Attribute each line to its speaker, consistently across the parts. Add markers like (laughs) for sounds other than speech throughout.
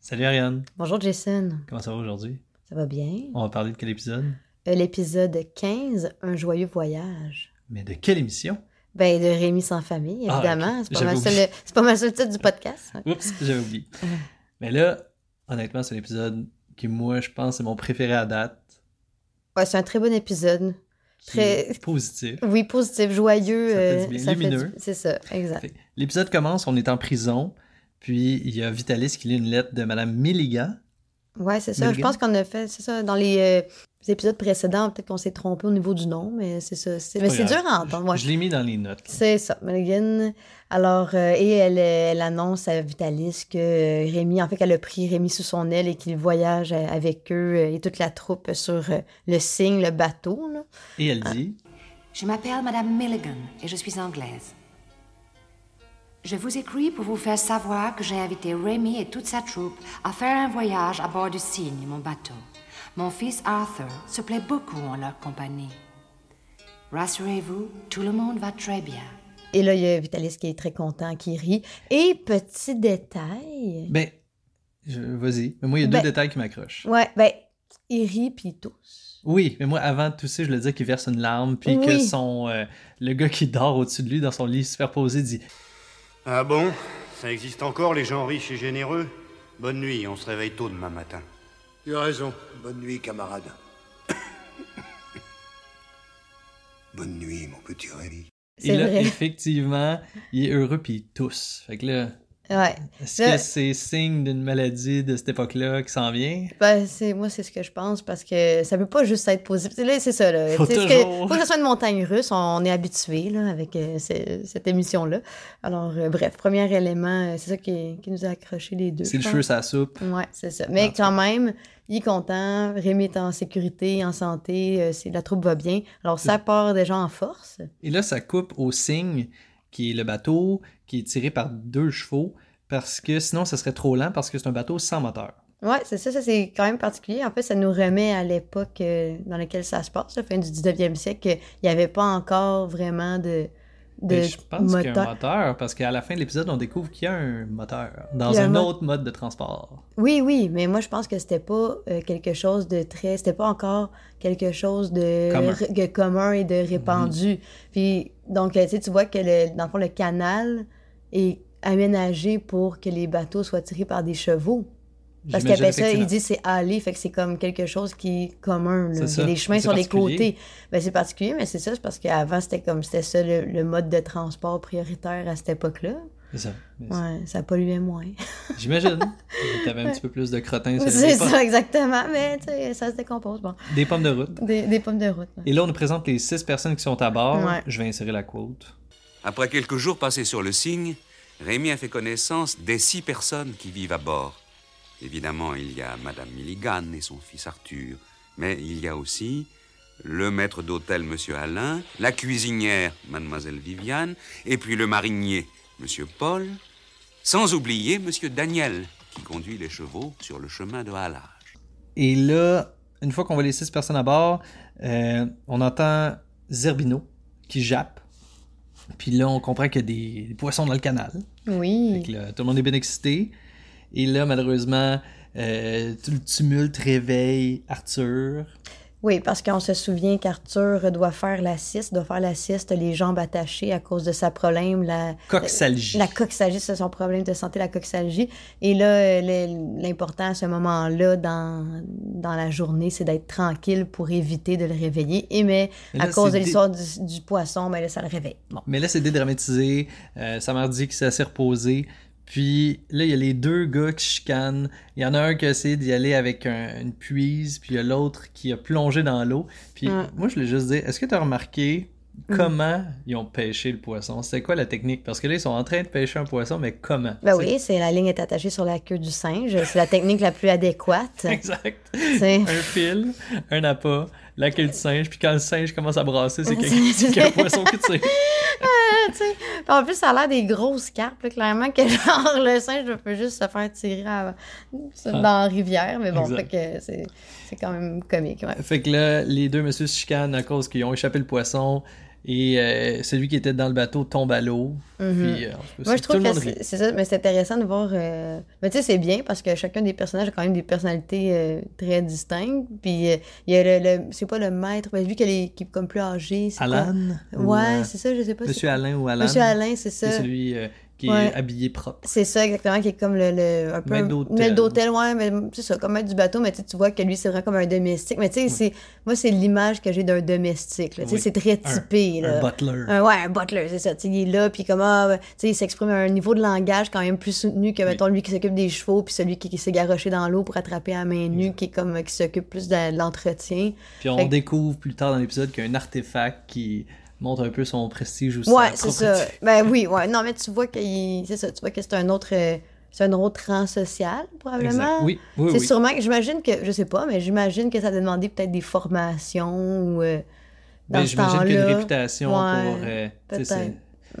Speaker 1: Salut Ariane,
Speaker 2: Bonjour Jason,
Speaker 1: comment ça va aujourd'hui?
Speaker 2: ça va bien?
Speaker 1: On va parler de quel épisode?
Speaker 2: Euh, L'épisode 15, Un joyeux voyage.
Speaker 1: Mais de quelle émission?
Speaker 2: Ben, de Rémi sans famille,
Speaker 1: Ah,
Speaker 2: évidemment.
Speaker 1: ok.
Speaker 2: C'est pas mal
Speaker 1: J'avais
Speaker 2: ça
Speaker 1: oublié.
Speaker 2: le- c'est pas mal ça le titre du podcast. hein. ouais.
Speaker 1: Oups, (laughs) j'avais
Speaker 2: (laughs)
Speaker 1: oublié.
Speaker 2: Euh.
Speaker 1: Mais là, honnêtement, c'est l'épisode qui, moi, je pense, est mon préféré à date.
Speaker 2: Ouais, c'est un très bon épisode.
Speaker 1: qui
Speaker 2: Très-
Speaker 1: est Positif.
Speaker 2: Oui, positif, joyeux.
Speaker 1: Ça fait du
Speaker 2: euh,
Speaker 1: bien,
Speaker 2: ça fait
Speaker 1: lumineux.
Speaker 2: du- C'est ça, exact.
Speaker 1: Fait- L'épisode commence, on est en prison, puis il y a Vitalis qui lit une lettre de Madame Milligan.
Speaker 2: Ouais, c'est ça. Je
Speaker 1: Mulligan.
Speaker 2: pense qu'on a fait, c'est ça, dans les euh, les épisodes précédents, peut-être qu'on s'est trompé au niveau du nom, mais c'est ça. C'est- Mais
Speaker 1: pas
Speaker 2: c'est
Speaker 1: grave.
Speaker 2: dur hein, à entendre. ouais.
Speaker 1: Oh, Je l'ai mis dans les notes. là.
Speaker 2: C'est ça, Mulligan. Alors, euh, et elle, euh, elle annonce à Vitalis que euh, Rémi, en fait, qu'elle a pris Rémi sous son aile et qu'il voyage euh, avec eux euh, et toute la troupe sur euh, le signe, le bateau. là.
Speaker 1: Et
Speaker 2: Ah.
Speaker 1: elle dit,
Speaker 3: Je m'appelle Madame Milligan et je suis anglaise. Je vous écris pour vous faire savoir que j'ai invité Rémi et toute sa troupe à faire un voyage à bord du Cygne, mon bateau. Mon fils Arthur se plaît beaucoup en leur compagnie. Rassurez-vous, tout le monde va très bien.
Speaker 2: Et là, il y a Vitalis qui est très content, qui rit. Et petit détail.
Speaker 1: ben, je- vas-y. Mais moi, il y a deux
Speaker 2: Ben-
Speaker 1: détails qui m'accrochent.
Speaker 2: Ouais, ben, il rit puis il tousse.
Speaker 1: Oui, mais moi, avant tout ça, je le disais qu'il verse une larme, puis que
Speaker 2: Oui.
Speaker 1: son, euh, le gars qui dort au-dessus de lui dans son lit superposé dit
Speaker 4: Ah bon Ça existe encore les gens riches et généreux Bonne nuit, on se réveille tôt demain matin.
Speaker 5: Tu as raison. Bonne nuit, camarade. Bonne nuit, mon petit Rémi.
Speaker 1: Et
Speaker 2: C'est
Speaker 1: là,
Speaker 2: vrai.
Speaker 1: effectivement, il est heureux puis il tousse. Fait que là,
Speaker 2: Ouais.
Speaker 1: est-ce
Speaker 2: Là-
Speaker 1: que c'est signe d'une maladie de cette époque-là qui s'en vient?
Speaker 2: Ben, c'est, moi, c'est ce que je pense parce que ça peut pas juste être positif. Là, c'est ça. Là.
Speaker 1: Faut
Speaker 2: Tu sais, ce que-
Speaker 1: toujours.
Speaker 2: faut que ce soit une montagne russe. On, on est habitué là, avec euh, ce- cette émission-là. Alors, euh, bref, premier élément, euh, c'est ça qui, qui nous a accroché les deux.
Speaker 1: C'est le Ah,
Speaker 2: je
Speaker 1: cheveu, sa soupe.
Speaker 2: pense. Ouais, c'est ça. Mais quand même, il est content. Rémi est en sécurité, en santé. euh, c'est, la troupe va bien. Alors, ça part déjà en force.
Speaker 1: Et là, ça coupe au signe qui est le bateau, qui est tiré par deux chevaux, parce que sinon, ça serait trop lent, parce que c'est un bateau sans moteur.
Speaker 2: Ouais, c'est ça, ça c'est quand même particulier. En fait, ça nous remet à l'époque euh, dans laquelle ça se passe, la fin du 19e siècle, euh, il n'y avait pas encore vraiment de, de
Speaker 1: Mais Ben, je pense qu'il y a un
Speaker 2: moteur.
Speaker 1: moteur, parce qu'à la fin de l'épisode, on découvre qu'il y a un moteur
Speaker 2: Il
Speaker 1: dans
Speaker 2: y a
Speaker 1: un
Speaker 2: un mo-
Speaker 1: autre mode de transport.
Speaker 2: Oui, oui, mais moi je pense que c'était pas euh, quelque chose de très. C'était pas encore quelque chose de
Speaker 1: Commun. Mm-hmm.
Speaker 2: de commun et de répandu. Puis, donc, euh, tu sais, tu vois que le, dans le fond, le canal est aménagé pour que les bateaux soient tirés par des chevaux. Parce qu'il
Speaker 1: J'imagine
Speaker 2: appelle ça, il
Speaker 1: effectivement.
Speaker 2: dit c'est allé, fait que c'est comme quelque chose qui est commun. là.
Speaker 1: C'est
Speaker 2: Il y
Speaker 1: ça.
Speaker 2: a des chemins
Speaker 1: C'est
Speaker 2: sur les
Speaker 1: particulier.
Speaker 2: côtés. Ben, c'est particulier, mais c'est ça, c'est parce qu'avant, c'était comme c'était ça le, le mode de transport prioritaire à cette époque-là.
Speaker 1: C'est ça. Mais
Speaker 2: Ouais, ça
Speaker 1: (laughs)
Speaker 2: polluait moins.
Speaker 1: c'est-
Speaker 2: (laughs)
Speaker 1: J'imagine. T'avais un petit peu plus de crottin sur
Speaker 2: c'est
Speaker 1: les pommes-
Speaker 2: ça, exactement. Mais tu sais, ça se décompose. Bon.
Speaker 1: des pommes de route.
Speaker 2: Des, des pommes de route. ouais.
Speaker 1: Et là, on nous présente les six personnes qui sont à bord.
Speaker 2: Ouais.
Speaker 1: Je vais insérer la quote.
Speaker 6: Après quelques jours passés sur le cygne, Rémi a fait connaissance des six personnes qui vivent à bord. Évidemment, il y a Madame Milligan et son fils Arthur, mais il y a aussi le maître d'hôtel, Monsieur Alain, la cuisinière, Mademoiselle Viviane, et puis le marinier, Monsieur Paul, sans oublier Monsieur Daniel, qui conduit les chevaux sur le chemin de halage.
Speaker 1: Et là, une fois qu'on voit les six personnes à bord, euh, on entend Zerbino qui jappe. Puis là, on comprend qu'il y a des, des poissons dans le canal. Fait que
Speaker 2: Oui.
Speaker 1: là, tout le monde est bien excité. Et là, malheureusement, euh, tout le tumulte réveille
Speaker 2: Euh,
Speaker 1: Arthur.
Speaker 2: Oui, parce qu'on se souvient qu'Arthur doit faire la sieste, doit faire la sieste les jambes attachées à cause de sa problème, la,
Speaker 1: Coxalgie.
Speaker 2: La coxalgie, c'est son problème de santé, la coxalgie. Et là, euh, le- l'important à ce moment-là dans, dans la journée, c'est d'être tranquille pour éviter de le réveiller. Et mais
Speaker 1: Mais
Speaker 2: à
Speaker 1: là,
Speaker 2: cause
Speaker 1: c'est
Speaker 2: de
Speaker 1: dé-
Speaker 2: l'histoire du, du poisson, ben là, ça le réveille. Bon.
Speaker 1: Mais là, c'est dédramatisé. Euh, sa mère dit que ça s'est reposé. Puis là, il y a les deux gars qui chicanent. Il y en a un qui essaie d'y aller avec un- une puise, puis il y a l'autre qui a plongé dans l'eau. Puis
Speaker 2: Ouais. Mm.
Speaker 1: moi, je voulais juste dire, est-ce que tu as remarqué comment ils ont pêché le poisson? C'est quoi la technique? Parce que là, ils sont en train de pêcher un poisson, mais comment?
Speaker 2: Ben
Speaker 1: C'est-
Speaker 2: oui, c'est la ligne est attachée sur la queue du singe. C'est la technique la plus
Speaker 1: (laughs) (laughs)
Speaker 2: adéquate.
Speaker 1: Exact.
Speaker 2: C'est- (laughs)
Speaker 1: Un fil, un appât, la queue du singe, puis quand le singe commence à brasser,
Speaker 2: (laughs)
Speaker 1: c'est quelqu'un- c'est qu'un poisson qui tire.
Speaker 2: Ah, Tu sais, puis en plus, ça a l'air des grosses carpes, là, clairement, que (laughs) genre le singe peut juste se faire tirer à- dans la rivière. Mais bon,
Speaker 1: Exact.
Speaker 2: fait que c'est c'est quand même comique. ouais.
Speaker 1: Fait que là, les deux messieurs se chicanent à cause qu'ils ont échappé le poisson. Et euh, celui qui était dans le bateau tombe à l'eau.
Speaker 2: Mhm.
Speaker 1: Puis, euh, en tout cas,
Speaker 2: Moi,
Speaker 1: c'est-
Speaker 2: je
Speaker 1: tout
Speaker 2: trouve
Speaker 1: le
Speaker 2: que
Speaker 1: monde rit.
Speaker 2: c'est c'est ça, mais c'est intéressant de voir. euh, Mais tu sais, c'est bien parce que chacun des personnages a quand même des personnalités euh, très distinctes. Puis euh, il y a le, le- c'est pas le maître, mais lui qui est qui est comme plus âgé. c'est
Speaker 1: Alan
Speaker 2: quoi?
Speaker 1: ou,
Speaker 2: Ouais,
Speaker 1: euh,
Speaker 2: c'est ça, je sais pas. c'est
Speaker 1: Monsieur
Speaker 2: quoi.
Speaker 1: Alain ou Alan.
Speaker 2: Monsieur Alain, c'est
Speaker 1: C'est
Speaker 2: ça.
Speaker 1: celui euh, qui
Speaker 2: Ouais.
Speaker 1: est habillé propre.
Speaker 2: C'est ça, exactement, qui est comme le, le- un peu.
Speaker 1: Maître d'hôtel.
Speaker 2: maître d'hôtel, ouais, mais c'est ça, comme maître du bateau, mais tu sais, tu vois que lui, c'est vraiment comme un domestique. Mais tu sais, c'est, moi, c'est l'image que j'ai d'un domestique. là. Tu sais,
Speaker 1: Oui.
Speaker 2: c'est très
Speaker 1: Un-
Speaker 2: typé. là.
Speaker 1: Un butler.
Speaker 2: Un- Euh, ouais, un butler, c'est ça. Tu sais, il est là, puis comment, euh, tu sais, il s'exprime à un niveau de langage quand même plus soutenu que, mettons, lui qui s'occupe des chevaux, puis celui qui, qui s'est garoché dans l'eau pour attraper à main nue, qui est comme, qui s'occupe plus de, de l'entretien.
Speaker 1: Puis on
Speaker 2: Fait que-
Speaker 1: découvre plus tard dans l'épisode qu'il y a un artefact qui montre un peu son prestige ou sa
Speaker 2: Ouais, c'est ça.
Speaker 1: propriété.
Speaker 2: Ben oui, ouais. Non, mais tu vois que c'est ça, tu vois que c'est un autre, euh, c'est un autre rang social, probablement.
Speaker 1: Exact. Oui, oui,
Speaker 2: c'est
Speaker 1: oui.
Speaker 2: sûrement que j'imagine que, je sais pas, mais j'imagine que ça t'a demandé peut-être des formations ou. euh, dans
Speaker 1: Ben,
Speaker 2: ce
Speaker 1: J'imagine qu'il y a
Speaker 2: temps-là.
Speaker 1: une réputation
Speaker 2: Ouais,
Speaker 1: pour, euh, tu sais,
Speaker 2: peut-être. Mhm.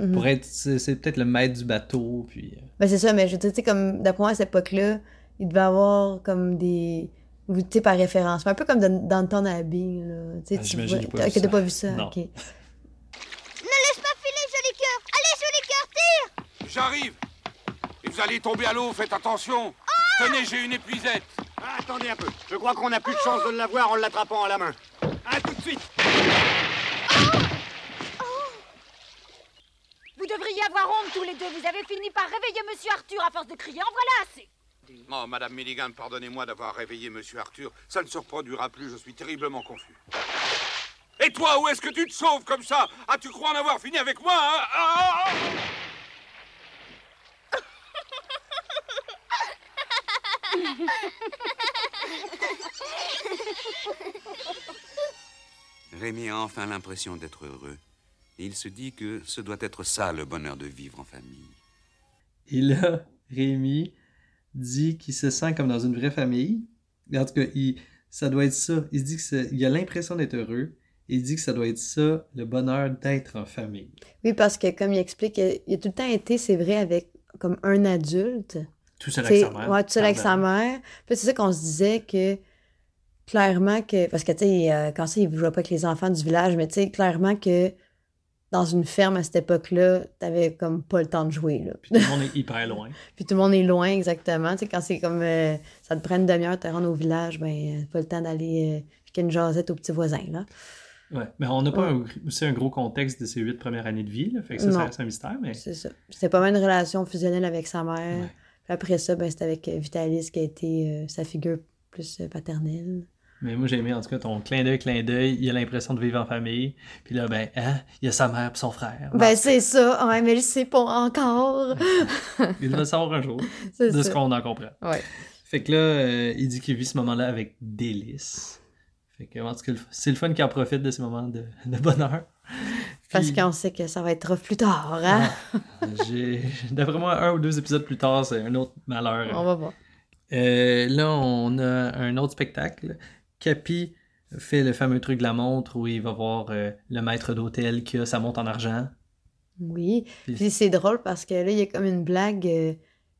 Speaker 1: c'est- pour être. C'est c'est peut-être le maître du bateau. Puis, euh,
Speaker 2: Ben c'est ça, mais je veux dire, tu sais, comme d'après moi, à cette époque-là, il devait avoir comme des. Ou tu sais, par référence. Un peu comme dans, dans le temps d'Abby, là. Tu sais,
Speaker 1: Ah,
Speaker 2: tu
Speaker 1: j'imagine,
Speaker 2: vois-
Speaker 1: j'ai pas vu
Speaker 2: ok, t'as
Speaker 1: ça.
Speaker 2: pas vu ça.
Speaker 1: Non.
Speaker 2: ok.
Speaker 7: Ne laisse pas filer, joli cœur Allez, joli cœur, tire
Speaker 8: J'arrive Et vous allez tomber à l'eau, faites attention Tenez, j'ai une épuisette
Speaker 4: Ah, attendez un peu. Je crois qu'on a plus de chance de l'avoir en l'attrapant à la main. À tout de suite.
Speaker 7: Vous devriez avoir honte tous les deux. Vous avez fini par réveiller Monsieur Arthur à force de crier. En voilà assez.
Speaker 8: Oh, Madame Milligan, pardonnez-moi d'avoir réveillé Monsieur Arthur. Ça ne se reproduira plus, je suis terriblement confus. Et toi, où est-ce que tu te sauves comme ça Ah, tu crois en avoir fini avec moi, hein Ah, ah, ah
Speaker 6: Rémi a enfin l'impression d'être heureux. Et il se dit que ce doit être ça le bonheur de vivre en famille.
Speaker 1: Et là, (laughs) Rémi dit qu'il se sent comme dans une vraie famille. En tout cas, il- ça doit être ça. Il dit qu'il a l'impression d'être heureux. Il dit que ça doit être ça, le bonheur d'être en famille.
Speaker 2: Oui, parce que comme il explique, il a tout le temps été, c'est vrai, avec comme un adulte.
Speaker 1: Tout seul
Speaker 2: T'sais,
Speaker 1: avec sa mère.
Speaker 2: Ouais, tout seul avec sa
Speaker 1: Pardon.
Speaker 2: mère. Puis c'est ça qu'on se disait que clairement que. Parce que, tu sais, euh, quand ça, il jouait pas avec les enfants du village, mais tu sais, clairement que dans une ferme à cette époque-là, t'avais comme pas le temps de jouer, là.
Speaker 1: Puis tout le monde est hyper loin.
Speaker 2: Puis tout le monde est loin, exactement. Tu sais, quand c'est comme. euh, ça te prend une demi-heure de te rendre au village, ben, euh, pas le temps d'aller euh, piquer une jasette aux petits voisins, là.
Speaker 1: Ouais. Mais on n'a pas un- aussi un gros contexte de ses huit premières années de vie. là. Fait que ça,
Speaker 2: Non.
Speaker 1: ça reste un mystère. Mais...
Speaker 2: C'est ça. C'était pas mal une relation fusionnelle avec sa mère.
Speaker 1: Ouais.
Speaker 2: Puis après ça, ben, c'était avec euh, Vitalis qui a été euh, sa figure plus euh, paternelle.
Speaker 1: mais moi, j'ai aimé en tout cas ton clin d'œil, clin d'œil. Il a l'impression de vivre en famille. Puis là, ben, hein, il y a sa mère et son frère.
Speaker 2: Ben, c'est ça. Ouais, mais je sais pas encore.
Speaker 1: Il va le savoir un jour,
Speaker 2: C'est
Speaker 1: de ce
Speaker 2: ça.
Speaker 1: qu'on en comprend.
Speaker 2: Ouais.
Speaker 1: Fait que là, euh, il dit qu'il vit ce moment-là avec délice. Fait que, en tout cas, le- c'est le fun qu'il en profite de ces moments de, de bonheur.
Speaker 2: Parce
Speaker 1: Puis- euh,
Speaker 2: qu'on sait que ça va être rough plus tard, hein?
Speaker 1: J'ai, d'après moi, un ou deux épisodes plus tard, c'est un autre malheur.
Speaker 2: On va voir.
Speaker 1: Euh, là, on a un autre spectacle. Capi fait le fameux truc de la montre où il va voir euh, le maître d'hôtel qui a sa montre en argent.
Speaker 2: Oui.
Speaker 1: Puis-
Speaker 2: Puis c'est drôle parce que là, il y a comme une blague. euh,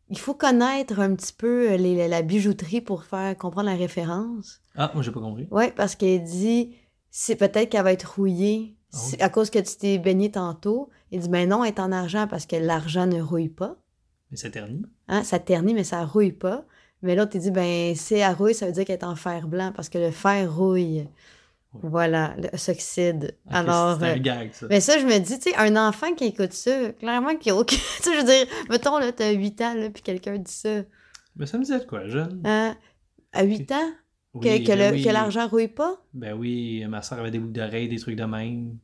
Speaker 2: il faut connaître un petit peu euh, les- la- la bijouterie pour faire comprendre la référence.
Speaker 1: Ah, moi, j'ai pas compris.
Speaker 2: Ouais, parce qu'elle dit, c'est peut-être qu'elle va être rouillée
Speaker 1: Ah
Speaker 2: si-
Speaker 1: oui.
Speaker 2: à cause que tu t'es baigné tantôt. Il dit, ben non, elle est en argent parce que l'argent ne rouille pas.
Speaker 1: Mais c'est terni.
Speaker 2: Hein, ça ternit, mais ça rouille pas. Mais l'autre, il dit, ben, si elle rouille, ça veut dire qu'elle est en fer blanc, parce que le fer rouille.
Speaker 1: Oui.
Speaker 2: Voilà, le s'oxyde.
Speaker 1: Ok,
Speaker 2: Alors,
Speaker 1: c'est un
Speaker 2: euh,
Speaker 1: gag, ça.
Speaker 2: mais ça, je me dis, tu sais, un enfant qui écoute ça, clairement qu'il n'y a aucun... (laughs) tu sais, je veux dire, mettons, là, t'as 8 ans, là, puis quelqu'un dit ça.
Speaker 1: Mais ça me disait de quoi, jeune?
Speaker 2: Hein, à 8 ans? Que,
Speaker 1: Oui,
Speaker 2: que
Speaker 1: ben
Speaker 2: le-
Speaker 1: oui.
Speaker 2: que l'argent rouille pas?
Speaker 1: Ben oui, ma soeur avait des boucles d'oreilles, des trucs de même.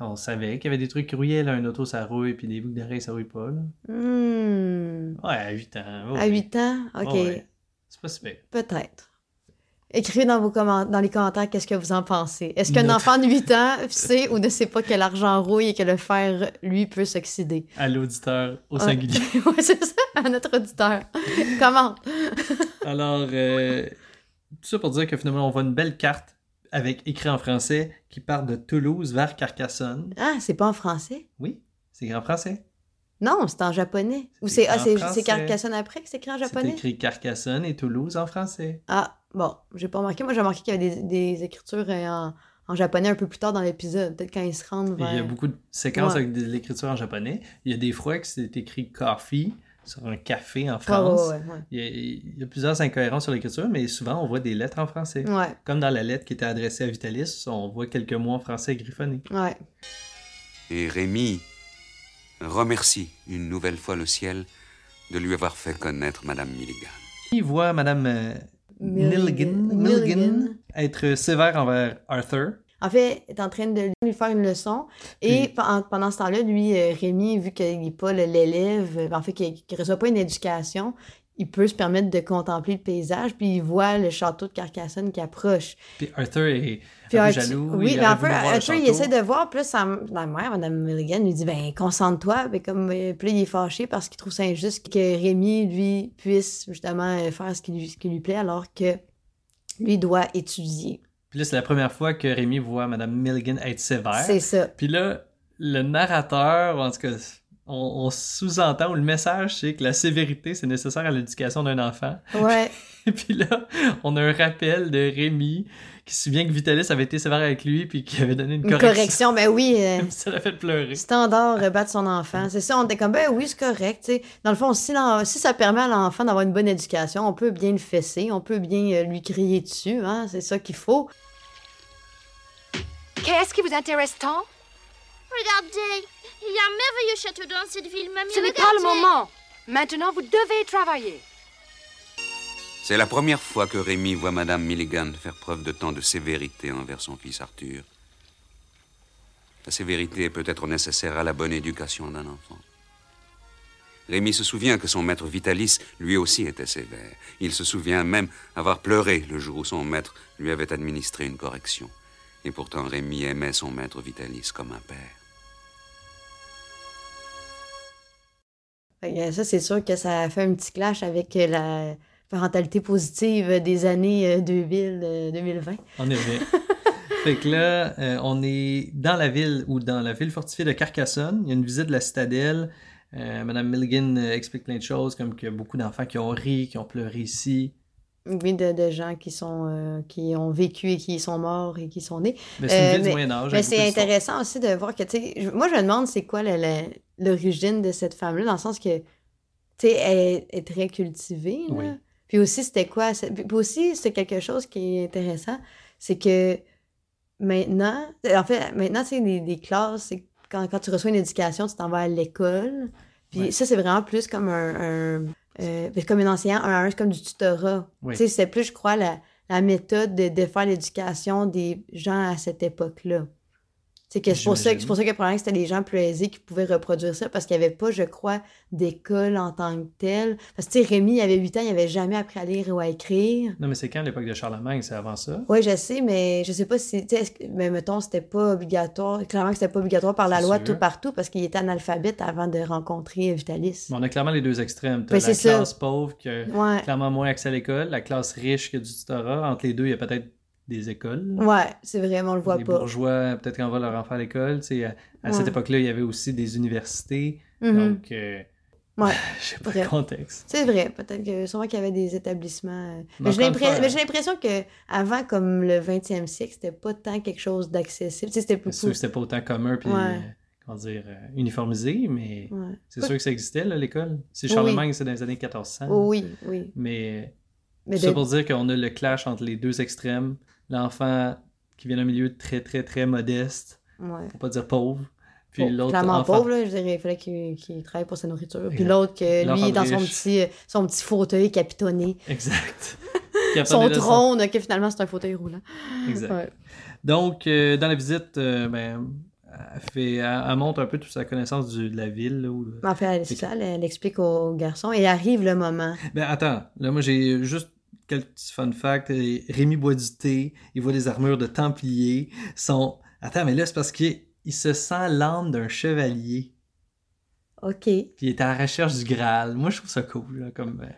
Speaker 1: On savait qu'il y avait des trucs qui rouillaient, là. Un auto, ça rouille, puis des boucles d'oreilles, ça rouille pas, là.
Speaker 2: Hmm,
Speaker 1: Ouais, à 8 ans.
Speaker 2: À 8 ans? OK,
Speaker 1: Ouais. C'est pas super.
Speaker 2: peut-être. Écrivez dans, vos comment- dans les commentaires qu'est-ce que vous en pensez. Est-ce qu'un
Speaker 1: Notre-
Speaker 2: enfant de 8 ans sait ou ne sait pas que l'argent rouille et que le fer, lui, peut s'oxyder?
Speaker 1: À l'auditeur au
Speaker 2: Ouais.
Speaker 1: singulier.
Speaker 2: (laughs) ouais, c'est ça, à notre auditeur. Comment?
Speaker 1: Alors, euh, tout ça pour dire que finalement, on voit une belle carte avec écrit en français qui part de Toulouse vers Carcassonne.
Speaker 2: Ah, c'est pas en français?
Speaker 1: Oui, c'est écrit en français.
Speaker 2: Non, c'est en japonais. Ou
Speaker 1: C'est
Speaker 2: c'est ah,
Speaker 1: en
Speaker 2: c'est
Speaker 1: français.
Speaker 2: c'est Carcassonne après que c'est écrit en
Speaker 1: C'est
Speaker 2: japonais?
Speaker 1: écrit Carcassonne et Toulouse en français.
Speaker 2: Ah, bon, j'ai pas remarqué. Moi, j'ai remarqué qu'il y avait des, des écritures euh, en, en japonais un peu plus tard dans l'épisode, peut-être quand ils se rendent vers...
Speaker 1: Il y a beaucoup de séquences
Speaker 2: Ouais.
Speaker 1: avec de l'écriture en japonais. Il y a des fois que c'est écrit coffee sur un café en France.
Speaker 2: Oh, ouais, ouais,
Speaker 1: Il, y a, il y a plusieurs incohérences sur l'écriture, mais souvent on voit des lettres en français.
Speaker 2: ouais. Ouais,
Speaker 1: Comme dans la lettre qui était adressée à Vitalis, on voit quelques mots en français griffonnés.
Speaker 2: ouais.
Speaker 6: Et Rémi remercie une nouvelle fois le ciel de lui avoir fait connaître Madame Milligan.
Speaker 1: Il voit Madame euh, Milligan,
Speaker 2: Milligan.
Speaker 1: Milligan être sévère envers Arthur.
Speaker 2: En fait, est en train de lui faire une leçon. Et
Speaker 1: Puis-
Speaker 2: pe- en- pendant ce temps-là, lui, euh, Rémi, vu qu'il n'est pas le- l'élève, euh, en fait, qu'il ne reçoit pas une éducation, il peut se permettre de contempler le paysage, puis il voit le château de Carcassonne qui approche.
Speaker 1: Puis Arthur est
Speaker 2: Puis
Speaker 1: un peu
Speaker 2: Arthur-
Speaker 1: jaloux.
Speaker 2: Oui,
Speaker 1: il
Speaker 2: mais
Speaker 1: aurait
Speaker 2: en
Speaker 1: voulu
Speaker 2: fait,
Speaker 1: voir le
Speaker 2: Arthur, il
Speaker 1: château.
Speaker 2: essaie de voir. Puis là, sa, la mère, Mme Milligan, lui dit ben concentre-toi. Puis comme, euh, puis là, il est fâché parce qu'il trouve ça injuste que Rémi, lui, puisse justement euh, faire ce qui lui, ce qui lui plaît alors que lui doit étudier.
Speaker 1: Puis là, c'est la première fois que Rémi voit Madame Milligan être sévère.
Speaker 2: C'est ça.
Speaker 1: Puis là, le narrateur, en tout cas, on, on sous-entend, ou le message, c'est que la sévérité, c'est nécessaire à l'éducation d'un enfant. (laughs)
Speaker 2: Ouais.
Speaker 1: Et puis là, on a un rappel de Rémi qui se souvient que Vitalis avait été sévère avec lui puis qu'il avait donné une
Speaker 2: Une
Speaker 1: correction.
Speaker 2: correction, ben oui.
Speaker 1: (laughs)
Speaker 2: euh,
Speaker 1: Ça l'a fait pleurer.
Speaker 2: Standard, rebattre son enfant. C'est ça, on était comme, ben oui, c'est correct. tu sais. Dans le fond, si, l'en- si ça permet à l'enfant d'avoir une bonne éducation, on peut bien le fesser, on peut bien euh, lui crier dessus, hein, c'est ça qu'il faut.
Speaker 3: Qu'est-ce qui vous intéresse tant
Speaker 7: Regardez, il y a un merveilleux château dans cette ville, mamie.
Speaker 3: Ce n'est pas le moment. Maintenant, vous devez travailler.
Speaker 6: C'est la première fois que Rémi voit Madame Milligan faire preuve de tant de sévérité envers son fils Arthur. La sévérité est peut-être nécessaire à la bonne éducation d'un enfant. Rémi se souvient que son maître Vitalis, lui aussi, était sévère. Il se souvient même avoir pleuré le jour où son maître lui avait administré une correction. Et pourtant, Rémi aimait son maître Vitalis comme un père.
Speaker 2: Fait que Ça, c'est sûr que ça a fait un petit clash avec euh, la parentalité positive des années euh, 2000, euh, 2020.
Speaker 1: En effet. (laughs) fait que là, euh, on est dans la ville ou dans la ville fortifiée de Carcassonne. Il y a une visite de la citadelle. Euh, Madame Milligan euh, explique plein de choses, comme qu'il y a beaucoup d'enfants qui ont ri, qui ont pleuré ici.
Speaker 2: Oui, de, de gens qui, sont, euh, qui ont vécu et qui sont morts et qui sont nés.
Speaker 1: Mais c'est une
Speaker 2: Euh,
Speaker 1: ville du Moyen-Âge.
Speaker 2: Mais c'est intéressant aussi de voir que, tu sais, je- moi je me demande c'est quoi le- le- l'origine de cette femme-là, dans le sens que, tu sais, elle est très cultivée. là.
Speaker 1: Oui.
Speaker 2: Puis aussi, c'était quoi? c'est- Puis puis aussi, c'est quelque chose qui est intéressant, c'est que maintenant, en fait, maintenant, c'est des, des classes, c'est quand, quand tu reçois une éducation, tu t'en vas à l'école. Puis
Speaker 1: Ouais.
Speaker 2: ça, c'est vraiment plus comme un. un euh, comme une enseignante un à un, c'est comme du tutorat.
Speaker 1: Oui.
Speaker 2: Tu sais, c'est plus, je crois, la, la méthode de, de faire l'éducation des gens à cette époque-là. C'est que c'est pour ça,
Speaker 1: J'imagine.
Speaker 2: c'est pour ça que probablement que c'était les gens plus aisés qui pouvaient reproduire ça parce qu'il n'y avait pas, je crois, d'école en tant que telle. Parce que tu sais, Rémi, il avait 8 ans, il n'avait jamais appris à lire ou à écrire.
Speaker 1: Non, mais c'est quand l'époque de Charlemagne C'est avant ça
Speaker 2: Oui, je sais, mais je sais pas si, tu sais, est-ce que- mais mettons, c'était pas obligatoire, clairement que c'était pas obligatoire par la
Speaker 1: C'est
Speaker 2: loi
Speaker 1: sûr.
Speaker 2: tout partout parce qu'il était analphabète avant de rencontrer Vitalis.
Speaker 1: Mais on a clairement les deux extrêmes. T'as
Speaker 2: Mais
Speaker 1: la
Speaker 2: c'est
Speaker 1: classe
Speaker 2: ça.
Speaker 1: pauvre qui a
Speaker 2: Ouais.
Speaker 1: clairement moins accès à l'école, la classe riche qui a du tutorat. Entre les deux, il y a peut-être des écoles.
Speaker 2: Ouais, c'est vrai, mais on le voit
Speaker 1: les
Speaker 2: pas.
Speaker 1: bourgeois, peut-être qu'on va leur enfant à l'école. tu sais, À, à cette
Speaker 2: Ouais.
Speaker 1: époque-là, il y avait aussi des universités.
Speaker 2: Mhm.
Speaker 1: Donc, euh, (laughs)
Speaker 2: Ouais.
Speaker 1: je sais pas
Speaker 2: Vrai.
Speaker 1: le contexte.
Speaker 2: C'est vrai, peut-être que sûrement qu'il y avait des établissements. euh,
Speaker 1: Mais
Speaker 2: Mais
Speaker 1: encore
Speaker 2: j'ai
Speaker 1: une
Speaker 2: l'impres-
Speaker 1: fois,
Speaker 2: mais j'ai l'impression que avant, comme le 20e siècle, c'était pas tant quelque chose d'accessible. Tu sais, c'était
Speaker 1: C'est
Speaker 2: plus.
Speaker 1: sûr que c'était pas autant commun puis
Speaker 2: Ouais.
Speaker 1: euh, comment dire, euh, uniformisé, mais
Speaker 2: Ouais.
Speaker 1: c'est sûr que ça existait, là, l'école. C'est
Speaker 2: Oui.
Speaker 1: Charlemagne, c'est dans les années 1400.
Speaker 2: Oh oui, oui.
Speaker 1: Mais
Speaker 2: Mais
Speaker 1: ça
Speaker 2: de-
Speaker 1: pour dire qu'on a le clash entre les deux extrêmes. L'enfant qui vient d'un milieu très, très, très modeste,
Speaker 2: ouais.
Speaker 1: pour pas dire pauvre, puis
Speaker 2: Bon,
Speaker 1: l'autre
Speaker 2: Oh, clairement
Speaker 1: enfant...
Speaker 2: pauvre, là, je dirais, il fallait qu'il qu'il travaille pour sa nourriture. Puis
Speaker 1: Exact.
Speaker 2: l'autre, que lui,
Speaker 1: L'enfant
Speaker 2: est dans son
Speaker 1: riche.
Speaker 2: petit, son petit fauteuil capitonné. (laughs)
Speaker 1: Exact. Qui
Speaker 2: Son
Speaker 1: attendait le-
Speaker 2: trône, que finalement, c'est un fauteuil roulant.
Speaker 1: Exact.
Speaker 2: Ouais.
Speaker 1: Donc, euh, dans la visite, euh, ben, elle, fait, elle- elle montre un peu toute sa connaissance du- de la ville. là, où- euh.
Speaker 2: Mais En fait, elle, c'est ça, elle, elle explique au garçon et arrive le moment.
Speaker 1: Ben attends, là moi j'ai juste quelques petits fun facts. Euh, Rémi boit du thé, il voit des armures de Templiers. Son... Attends, mais là c'est parce qu'il il se sent l'âme d'un chevalier.
Speaker 2: OK. Mais
Speaker 1: Puis il est à la recherche du Graal. Moi je trouve ça cool. Là, comme... euh,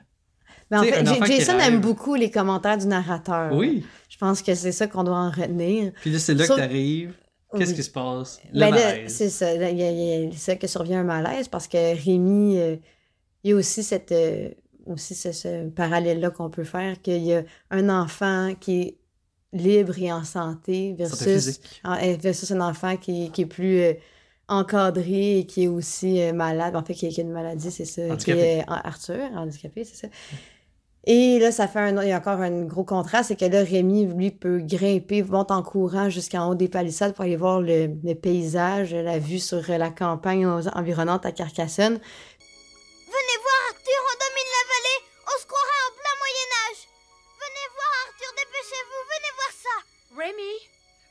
Speaker 2: Ben, en
Speaker 1: Tu sais,
Speaker 2: fait,
Speaker 1: un
Speaker 2: J-
Speaker 1: enfant qui
Speaker 2: Jason aime
Speaker 1: rêve.
Speaker 2: beaucoup les commentaires du narrateur.
Speaker 1: Oui.
Speaker 2: Je pense que c'est ça qu'on doit en retenir.
Speaker 1: Puis là c'est là
Speaker 2: Sauf-
Speaker 1: que t'arrives. Qu'est-ce
Speaker 2: Oui.
Speaker 1: qui se passe? Le
Speaker 2: Ben là,
Speaker 1: malaise.
Speaker 2: c'est ça. là, il y a- il y a- C'est là que survient un malaise parce que Rémi, euh, il y a aussi cette euh, aussi ce, ce parallèle-là qu'on peut faire, qu'il y a un enfant qui est libre et en santé
Speaker 1: Santé
Speaker 2: versus,
Speaker 1: physique.
Speaker 2: en- euh, versus un enfant qui, qui est plus euh, encadré et qui est aussi euh, malade, en fait, qui, qui a une maladie, c'est ça, qui
Speaker 1: Handicapé.
Speaker 2: est euh, Arthur, handicapé, c'est ça. Et là, ça fait un, il y a encore un gros contraste, c'est que là, Rémi, lui, peut grimper, monte en courant jusqu'en haut des palissades pour aller voir le, le paysage, la vue sur euh, la campagne aux- environnante à Carcassonne.
Speaker 7: Venez voir Arthur, on domine la vallée, on se croirait en plein Moyen-Âge. Venez voir Arthur, dépêchez-vous, venez voir ça.
Speaker 3: Rémi,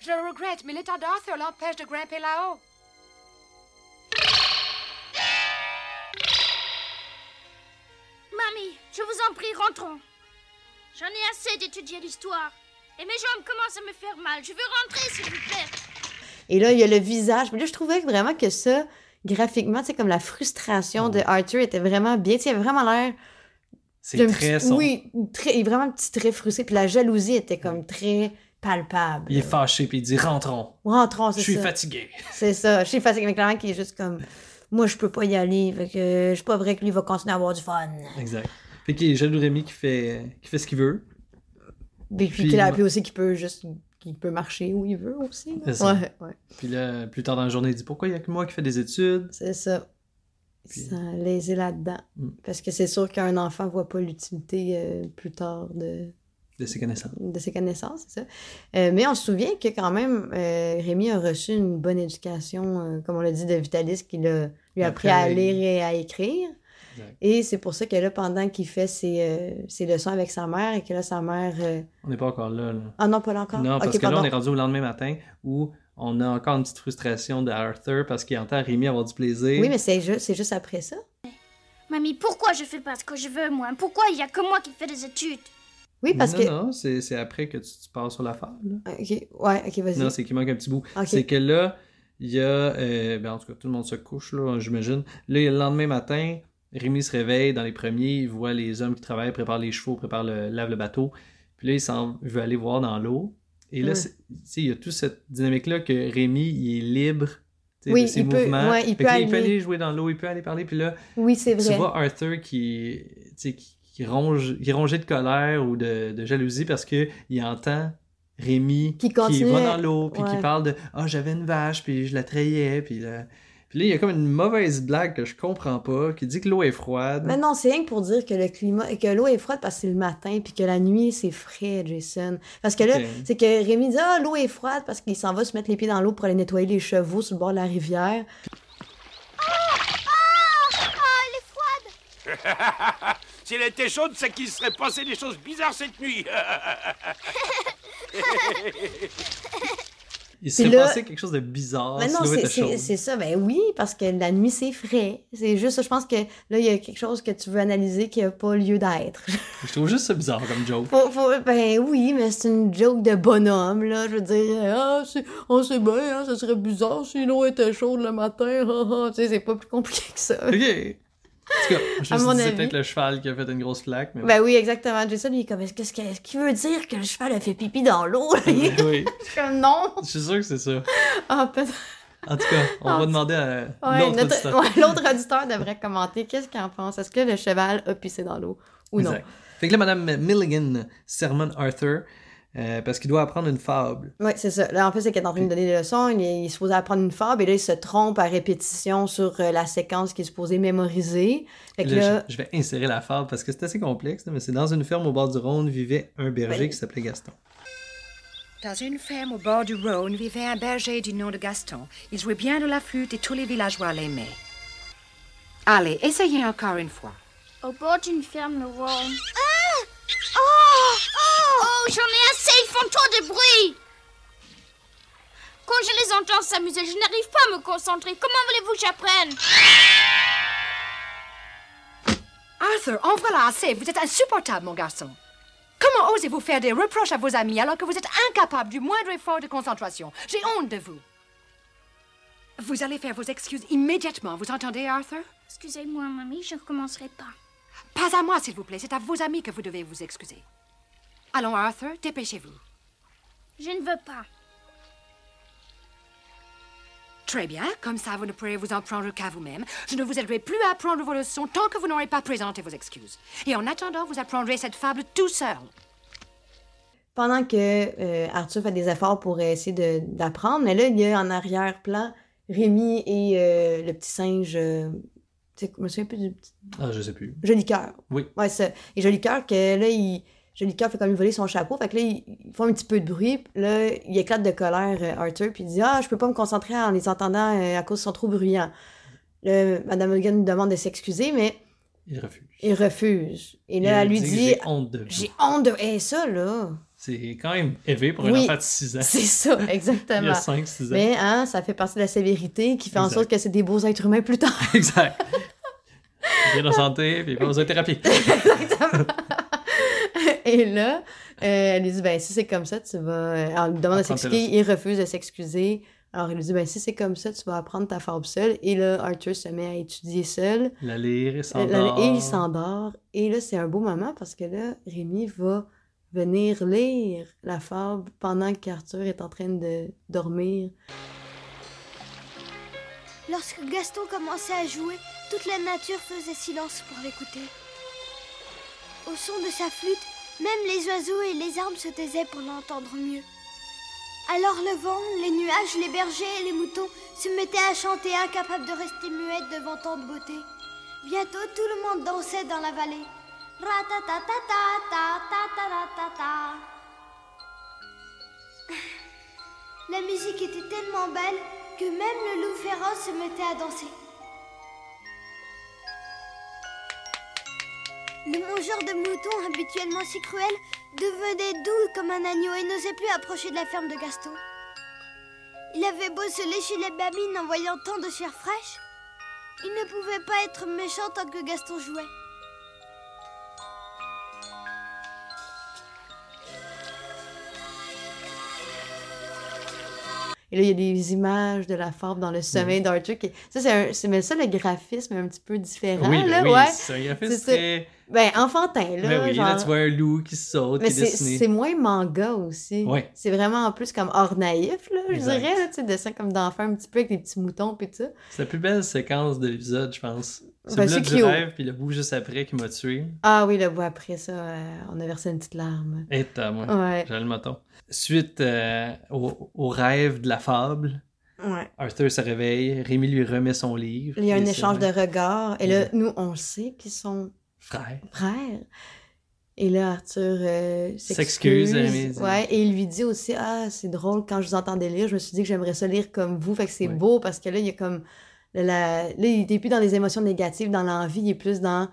Speaker 3: je le regrette, mais l'état d'Arthur l'empêche de grimper là-haut.
Speaker 7: Mamie, je vous en prie, rentrons. J'en ai assez d'étudier l'histoire. Et mes jambes commencent à me faire mal. Je veux rentrer, s'il vous plaît.
Speaker 2: Et là, il y a le visage. Mais là, je trouvais vraiment que ça, graphiquement, c'est comme la frustration de Arthur était vraiment bien. Tu sais, il avait vraiment l'air.
Speaker 1: C'est
Speaker 2: d'un
Speaker 1: très
Speaker 2: petit-
Speaker 1: sombre.
Speaker 2: Oui, très, il est vraiment un petit trait frustré. Puis la jalousie était comme très palpable.
Speaker 1: Il est fâché, puis il dit rentrons.
Speaker 2: Rentrons,
Speaker 1: Je
Speaker 2: c'est
Speaker 1: suis
Speaker 2: ça.
Speaker 1: fatigué. (laughs)
Speaker 2: C'est ça. Je suis fatigué. Mais clairement, qui est juste comme. Moi, je peux pas y aller. Fait que je pas vrai que lui va continuer à avoir du fun.
Speaker 1: Exact. Fait qu'il est jaloux Rémi qui fait, qui fait ce qu'il veut.
Speaker 2: Puis, puis,
Speaker 1: Puis-
Speaker 2: qu'il a- puis aussi qu'il peut juste. qu'il peut marcher où il veut aussi. là.
Speaker 1: C'est ça.
Speaker 2: Ouais, ouais.
Speaker 1: Puis là, plus tard dans la journée, il dit pourquoi il y a que moi qui fais des études
Speaker 2: C'est ça.
Speaker 1: Puis-
Speaker 2: Sans léser là-dedans.
Speaker 1: Mm.
Speaker 2: Parce que c'est sûr qu'un enfant voit pas l'utilité euh, plus tard de,
Speaker 1: de ses connaissances.
Speaker 2: de ses connaissances, c'est ça. Euh, mais on se souvient que quand même, euh, Rémi a reçu une bonne éducation, euh, comme on l'a dit, de Vitalis, qui l'a- lui a
Speaker 1: Après,
Speaker 2: appris à
Speaker 1: il-
Speaker 2: lire et à écrire.
Speaker 1: Exact.
Speaker 2: Et c'est pour ça que là, pendant qu'il fait ses, euh, ses leçons avec sa mère, et que là, sa mère... euh,
Speaker 1: On n'est pas encore là. là.
Speaker 2: Ah non, pas là encore.
Speaker 1: Non, parce
Speaker 2: Ok,
Speaker 1: que là,
Speaker 2: pardon.
Speaker 1: on est rendu au lendemain matin où on a encore une petite frustration de Arthur parce qu'il entend Rémi avoir du plaisir.
Speaker 2: Oui, mais c'est ju- c'est juste après ça.
Speaker 9: Mamie, pourquoi je fais pas ce que je veux, moi Pourquoi il y a que moi qui fais des études
Speaker 2: Oui, parce
Speaker 1: non,
Speaker 2: que...
Speaker 1: non, c'est c'est après que tu, tu passes sur la fable. là.
Speaker 2: Ok, ouais, ok, vas-y.
Speaker 1: Non, c'est qu'il manque un petit bout.
Speaker 2: Ok.
Speaker 1: C'est que là, il y a. euh, ben, en tout cas, tout le monde se couche, là, j'imagine. Là, il y a le lendemain matin, Rémi se réveille dans les premiers, il voit les hommes qui travaillent, préparent les chevaux, préparent le, lave le bateau. Puis là, il s'en il veut aller voir dans l'eau. Et là,
Speaker 2: Ouais.
Speaker 1: c'est- tu sais, il y a toute cette dynamique-là que Rémi, il est libre tu sais,
Speaker 2: Oui,
Speaker 1: de ses
Speaker 2: il peut-
Speaker 1: mouvements.
Speaker 2: ouais, il
Speaker 1: Fait que
Speaker 2: peut
Speaker 1: là, il peut
Speaker 2: aller-
Speaker 1: aller jouer dans l'eau, il peut aller parler. Puis là,
Speaker 2: Oui, c'est vrai.
Speaker 1: tu vois Arthur qui, tu sais, qui, qui ronge, qui rongeait de colère ou de, de jalousie parce que il entend Rémi
Speaker 2: Qui continue
Speaker 1: va
Speaker 2: à-
Speaker 1: dans l'eau, puis qui
Speaker 2: ouais.
Speaker 1: parle de Ah, j'avais une vache, puis je la trayais, puis là. Puis là, il y a comme une mauvaise blague que je comprends pas, qui dit que l'eau est froide.
Speaker 2: Mais non, c'est rien que pour dire que le climat que l'eau est froide parce que c'est le matin puis que la nuit c'est frais, Jason. Parce que là,
Speaker 1: Ok.
Speaker 2: c'est que Rémi dit ah l'eau est froide parce qu'il s'en va se mettre les pieds dans l'eau pour aller nettoyer les chevaux sur le bord de la rivière.
Speaker 8: Si elle était chaude, c'est qu'il se serait passé des choses bizarres cette nuit.
Speaker 1: il s'est
Speaker 2: Puis là-
Speaker 1: passé quelque chose de bizarre.
Speaker 2: mais
Speaker 1: Ah, si
Speaker 2: non,
Speaker 1: l'eau
Speaker 2: c'est-
Speaker 1: était
Speaker 2: c'est
Speaker 1: chaude.
Speaker 2: c'est ça. Ben oui, parce que la nuit c'est frais. C'est juste, ça, je pense que là il y a quelque chose que tu veux analyser qui a pas lieu d'être. (laughs)
Speaker 1: Je trouve juste ça bizarre comme joke.
Speaker 2: Faut- faut- ben oui, mais c'est une joke de bonhomme, là. Je veux dire, ah, c'est- on sait bien, hein, ça serait bizarre si l'eau était chaude le matin. (laughs) ah, ah. tu sais, c'est pas plus compliqué que ça.
Speaker 1: Ok. En tout cas, je
Speaker 2: À
Speaker 1: me
Speaker 2: mon
Speaker 1: suis dit, c'est
Speaker 2: avis-
Speaker 1: peut-être le cheval qui a fait une grosse flaque. Mais...
Speaker 2: Ben oui, exactement. Jason, lui, est comme, est-ce que- est-ce que- est-ce qu'il veut dire que le cheval a fait pipi dans (laughs) l'eau? là? Il est
Speaker 1: oui,
Speaker 2: comme, non.
Speaker 1: je suis sûr que c'est ça.
Speaker 2: Ah, peut-être.
Speaker 1: En tout cas, on va demander à
Speaker 2: Ouais,
Speaker 1: l'autre
Speaker 2: notre-
Speaker 1: auditeur.
Speaker 2: ouais, l'autre auditeur devrait commenter. Qu'est-ce qu'il en pense? Est-ce que le cheval a pissé dans l'eau ou non?
Speaker 1: Exact. Fait que là, Madame Milligan sermon Arthur euh, parce qu'il doit apprendre une fable.
Speaker 2: Oui, c'est ça. Là, en fait, c'est qu'il est en train de donner des leçons. Il est, il est supposé apprendre une fable et là, il se trompe à répétition sur euh, la séquence qu'il est supposé mémoriser. Fait que
Speaker 1: Là,
Speaker 2: là,
Speaker 1: je, je vais insérer la fable parce que c'est assez complexe, mais c'est dans une ferme au bord du Rhône vivait un berger
Speaker 2: Ouais.
Speaker 1: qui s'appelait Gaston.
Speaker 3: Dans une ferme au bord du Rhône vivait un berger du nom de Gaston. Il jouait bien de la flûte et tous les villageois l'aimaient. Allez, essayez encore une fois.
Speaker 9: Au bord d'une ferme, le roi. Ah Oh Oh, j'en ai assez, ils font trop de bruit Quand je les entends s'amuser, je n'arrive pas à me concentrer. Comment voulez-vous que j'apprenne
Speaker 3: Arthur, en voilà assez. Vous êtes insupportable, mon garçon. Comment osez-vous faire des reproches à vos amis alors que vous êtes incapable du moindre effort de concentration J'ai honte de vous. Vous allez faire vos excuses immédiatement, vous entendez, Arthur
Speaker 9: Excusez-moi, mamie, je ne recommencerai pas.
Speaker 3: Pas à moi, s'il vous plaît. C'est à vos amis que vous devez vous excuser. Allons, Arthur, dépêchez-vous.
Speaker 9: Je ne veux pas.
Speaker 3: Très bien, comme ça vous ne pourrez vous en prendre qu'à vous-même. Je ne vous aiderai plus à apprendre vos leçons tant que vous n'aurez pas présenté vos excuses. Et en attendant, vous apprendrez cette fable tout seul.
Speaker 2: pendant que euh, Arthur fait des efforts pour essayer de- d'apprendre, mais là, il y a en arrière-plan Rémi et euh, le petit singe. euh, tu sais, je me souviens plus du petit.
Speaker 1: Ah, je sais plus.
Speaker 2: Joli cœur.
Speaker 1: Oui.
Speaker 2: Ouais, ça. Et Joli cœur, que là, il. Joli cœur fait comme il volait son chapeau. Fait que là, ils ils font un petit peu de bruit. puis Là, il éclate de colère, euh, Arthur, puis il dit Ah, je peux pas me concentrer en les entendant euh, à cause ils sont trop bruyants. Là, Madame Hogan nous demande de s'excuser, mais
Speaker 1: Il refuse.
Speaker 2: il refuse. Et là, elle
Speaker 1: Il
Speaker 2: lui dit
Speaker 1: J'ai honte de vous.
Speaker 2: J'ai honte de. Eh, ça,
Speaker 1: (laughs)
Speaker 2: là.
Speaker 1: C'est quand même élevé pour un
Speaker 2: Oui,
Speaker 1: enfant de 6 ans.
Speaker 2: C'est ça,
Speaker 1: Il y a
Speaker 2: exactement.
Speaker 1: 5-6 ans.
Speaker 2: Mais hein, ça fait partie de la sévérité qui fait en
Speaker 1: Exact.
Speaker 2: sorte que c'est des beaux êtres humains plus tard.
Speaker 1: (laughs) Exact. Bien en santé, puis pas besoin de thérapie.
Speaker 2: (laughs) Et là, euh, elle lui dit ben si c'est comme ça, tu vas. euh, Alors, il lui demande de
Speaker 1: Apprendre tes
Speaker 2: s'excuser, il refuse de s'excuser. Alors, il lui dit ben si c'est comme ça, tu vas apprendre ta forme seule. Et là, Arthur se met à étudier seul. Euh,
Speaker 1: La lyre, il
Speaker 2: La- la-
Speaker 1: s'endort.
Speaker 2: Et il s'endort. Et là, c'est un beau moment parce que là, Rémi va venir lire la fable pendant qu'Arthur est en train de dormir.
Speaker 7: Lorsque Gaston commençait à jouer, toute la nature faisait silence pour l'écouter. Au son de sa flûte, même les oiseaux et les arbres se taisaient pour l'entendre mieux. Alors le vent, les nuages, les bergers et les moutons se mettaient à chanter, incapables de rester muettes devant tant de beauté. Bientôt, tout le monde dansait dans la vallée. Ratatatatatatatatatatata. La musique était tellement belle que même le loup féroce se mettait à danser. Le mangeur de moutons, habituellement si cruel, devenait doux comme un agneau et n'osait plus approcher de la ferme de Gaston. Il avait beau se lécher les babines en voyant tant de chair fraîche, il ne pouvait pas être méchant tant que Gaston jouait.
Speaker 2: Et là, il y a des images de la forme
Speaker 1: Mm.
Speaker 2: dans le sommeil d'Arthur. Qui... Ça, c'est un... c'est- mais ça, le graphisme est un petit peu différent.
Speaker 1: Oui, ben
Speaker 2: là,
Speaker 1: oui,
Speaker 2: ouais.
Speaker 1: c'est un graphisme
Speaker 2: C'est ça.
Speaker 1: très...
Speaker 2: Ben, enfantin, là.
Speaker 1: Ben oui, là,
Speaker 2: genre.
Speaker 1: tu vois un loup qui saute,
Speaker 2: Mais
Speaker 1: qui est
Speaker 2: c'est c'est
Speaker 1: dessiné.
Speaker 2: moins manga aussi.
Speaker 1: Ouais.
Speaker 2: C'est vraiment en plus comme hors naïf, là, je
Speaker 1: Exact.
Speaker 2: dirais. Là, tu sais, dessin comme d'enfant un petit peu avec des petits moutons puis tout ça.
Speaker 1: C'est la plus belle séquence de l'épisode, je pense. C'est
Speaker 2: Ben,
Speaker 1: le
Speaker 2: c'est
Speaker 1: bout du
Speaker 2: Cléo.
Speaker 1: rêve, puis le bout juste après qui m'a tué.
Speaker 2: Ah oui, le bois après ça, euh, on a versé une petite larme.
Speaker 1: Et à moi,
Speaker 2: Ouais.
Speaker 1: j'ai le moton. Suite euh, au, au rêve de la fable,
Speaker 2: Ouais.
Speaker 1: Arthur se réveille, Rémi lui remet son livre.
Speaker 2: Il y a
Speaker 1: Et
Speaker 2: un
Speaker 1: c'est
Speaker 2: échange de
Speaker 1: vrai.
Speaker 2: regards. Et là,
Speaker 1: Exact.
Speaker 2: nous, on le sait qu'ils sont
Speaker 1: Frère.
Speaker 2: frères. Et là, Arthur euh,
Speaker 1: S'excuse,
Speaker 2: s'excuse.
Speaker 1: Rémi, dit.
Speaker 2: Ouais, et il lui dit aussi Ah, c'est drôle, quand je vous entendais lire, je me suis dit que j'aimerais ça lire comme vous. Fait que c'est
Speaker 1: Ouais.
Speaker 2: beau parce que là, il y a comme. la- la- là, il n'est plus dans les émotions négatives, dans l'envie, il est plus dans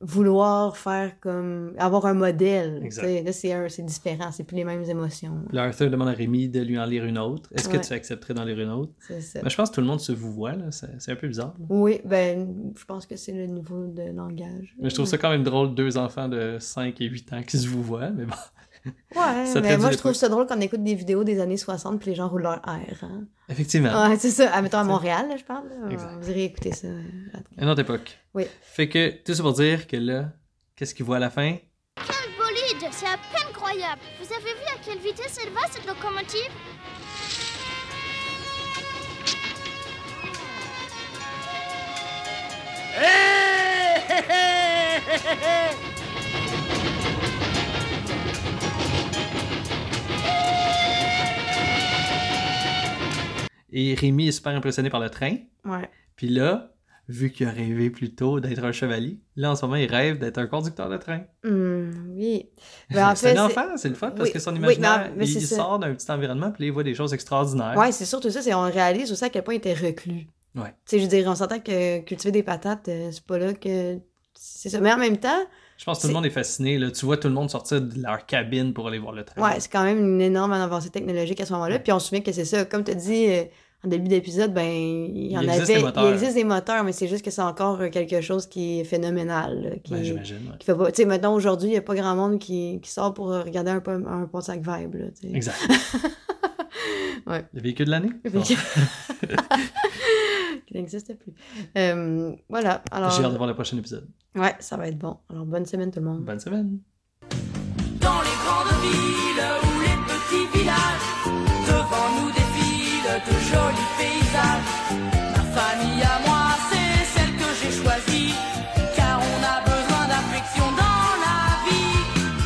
Speaker 2: vouloir faire comme. avoir un modèle.
Speaker 1: Exact.
Speaker 2: tu sais. Là, c'est un- c'est différent, c'est plus les mêmes émotions.
Speaker 1: Là, Arthur demande à Rémi de lui en lire une autre. Est-ce
Speaker 2: Ouais.
Speaker 1: que tu accepterais d'en lire une autre?
Speaker 2: C'est ça.
Speaker 1: Ben, je pense que tout le monde se vous voit, là. C'est c'est un peu bizarre. là.
Speaker 2: Oui, ben, je pense que c'est le niveau de langage.
Speaker 1: Mais je trouve ça quand même drôle, deux enfants de 5 et 8 ans qui se vous voient, mais bon.
Speaker 2: Ouais,
Speaker 1: Ça
Speaker 2: mais
Speaker 1: traduit
Speaker 2: moi, je
Speaker 1: l'époque.
Speaker 2: trouve ça drôle qu'on écoute des vidéos des années 60 puis les gens roulent leur air. hein.
Speaker 1: Effectivement.
Speaker 2: Ouais, c'est ça. Ah, mettons à
Speaker 1: C'est-
Speaker 2: Montréal, là, je parle. là.
Speaker 1: Exact.
Speaker 2: Vous irez écouter ça. euh, là-dedans.
Speaker 1: Une autre époque.
Speaker 2: Oui.
Speaker 1: Fait que, tout ça pour dire que là, qu'est-ce qu'il voit à la fin?
Speaker 9: Quel bolide C'est à peine croyable. Vous avez vu à quelle vitesse elle va, cette locomotive
Speaker 1: Et Rémi est super impressionné par le train.
Speaker 2: Ouais.
Speaker 1: Puis là, vu qu'il a rêvé plus tôt d'être un chevalier, là, en ce moment, il rêve d'être un conducteur de train.
Speaker 2: Hum, oui. Ben, en
Speaker 1: c'est
Speaker 2: fait,
Speaker 1: un enfant, c'est le fun, parce
Speaker 2: oui,
Speaker 1: que son
Speaker 2: oui,
Speaker 1: imaginaire,
Speaker 2: mais- mais
Speaker 1: il,
Speaker 2: c'est
Speaker 1: il
Speaker 2: ça.
Speaker 1: sort d'un petit environnement, puis là, il voit des choses extraordinaires.
Speaker 2: Ouais, c'est surtout ça. C'est on réalise aussi à quel point il était reclus.
Speaker 1: hein. Ouais.
Speaker 2: Tu sais, je veux dire, on s'entend que cultiver des patates, euh, c'est pas là que. C'est ça. Mais en même temps,
Speaker 1: Je pense que tout le
Speaker 2: C'est-
Speaker 1: monde est fasciné. Là. Tu vois tout le monde sortir de leur cabine pour aller voir le train.
Speaker 2: ouais, c'est quand même une énorme avancée technologique à ce moment-là. Puis on se souvient que c'est ça. Comme tu dit euh, en début d'épisode, ben, il y en
Speaker 1: Il existe des
Speaker 2: avait.
Speaker 1: moteurs.
Speaker 2: Il existe des moteurs, mais c'est juste que c'est encore euh, quelque chose qui est phénoménal. là, qui
Speaker 1: Ben,
Speaker 2: est-
Speaker 1: J'imagine. ouais.
Speaker 2: qui fait pas. Tu sais, maintenant, aujourd'hui, il n'y a pas grand monde qui, qui sort pour euh, regarder un, pom- un pont sac vibe. Là, tu sais.
Speaker 1: Exact.
Speaker 2: (laughs) Ouais.
Speaker 1: Le véhicule de l'année?
Speaker 2: Fait
Speaker 1: Bon.
Speaker 2: que- (laughs) qui n'existe plus. Euh, voilà.
Speaker 1: (laughs)
Speaker 2: Alors,
Speaker 1: J'ai hâte de voir le prochain épisode.
Speaker 2: ouais, ça va être bon. Alors, bonne semaine, tout le monde.
Speaker 1: Bonne semaine!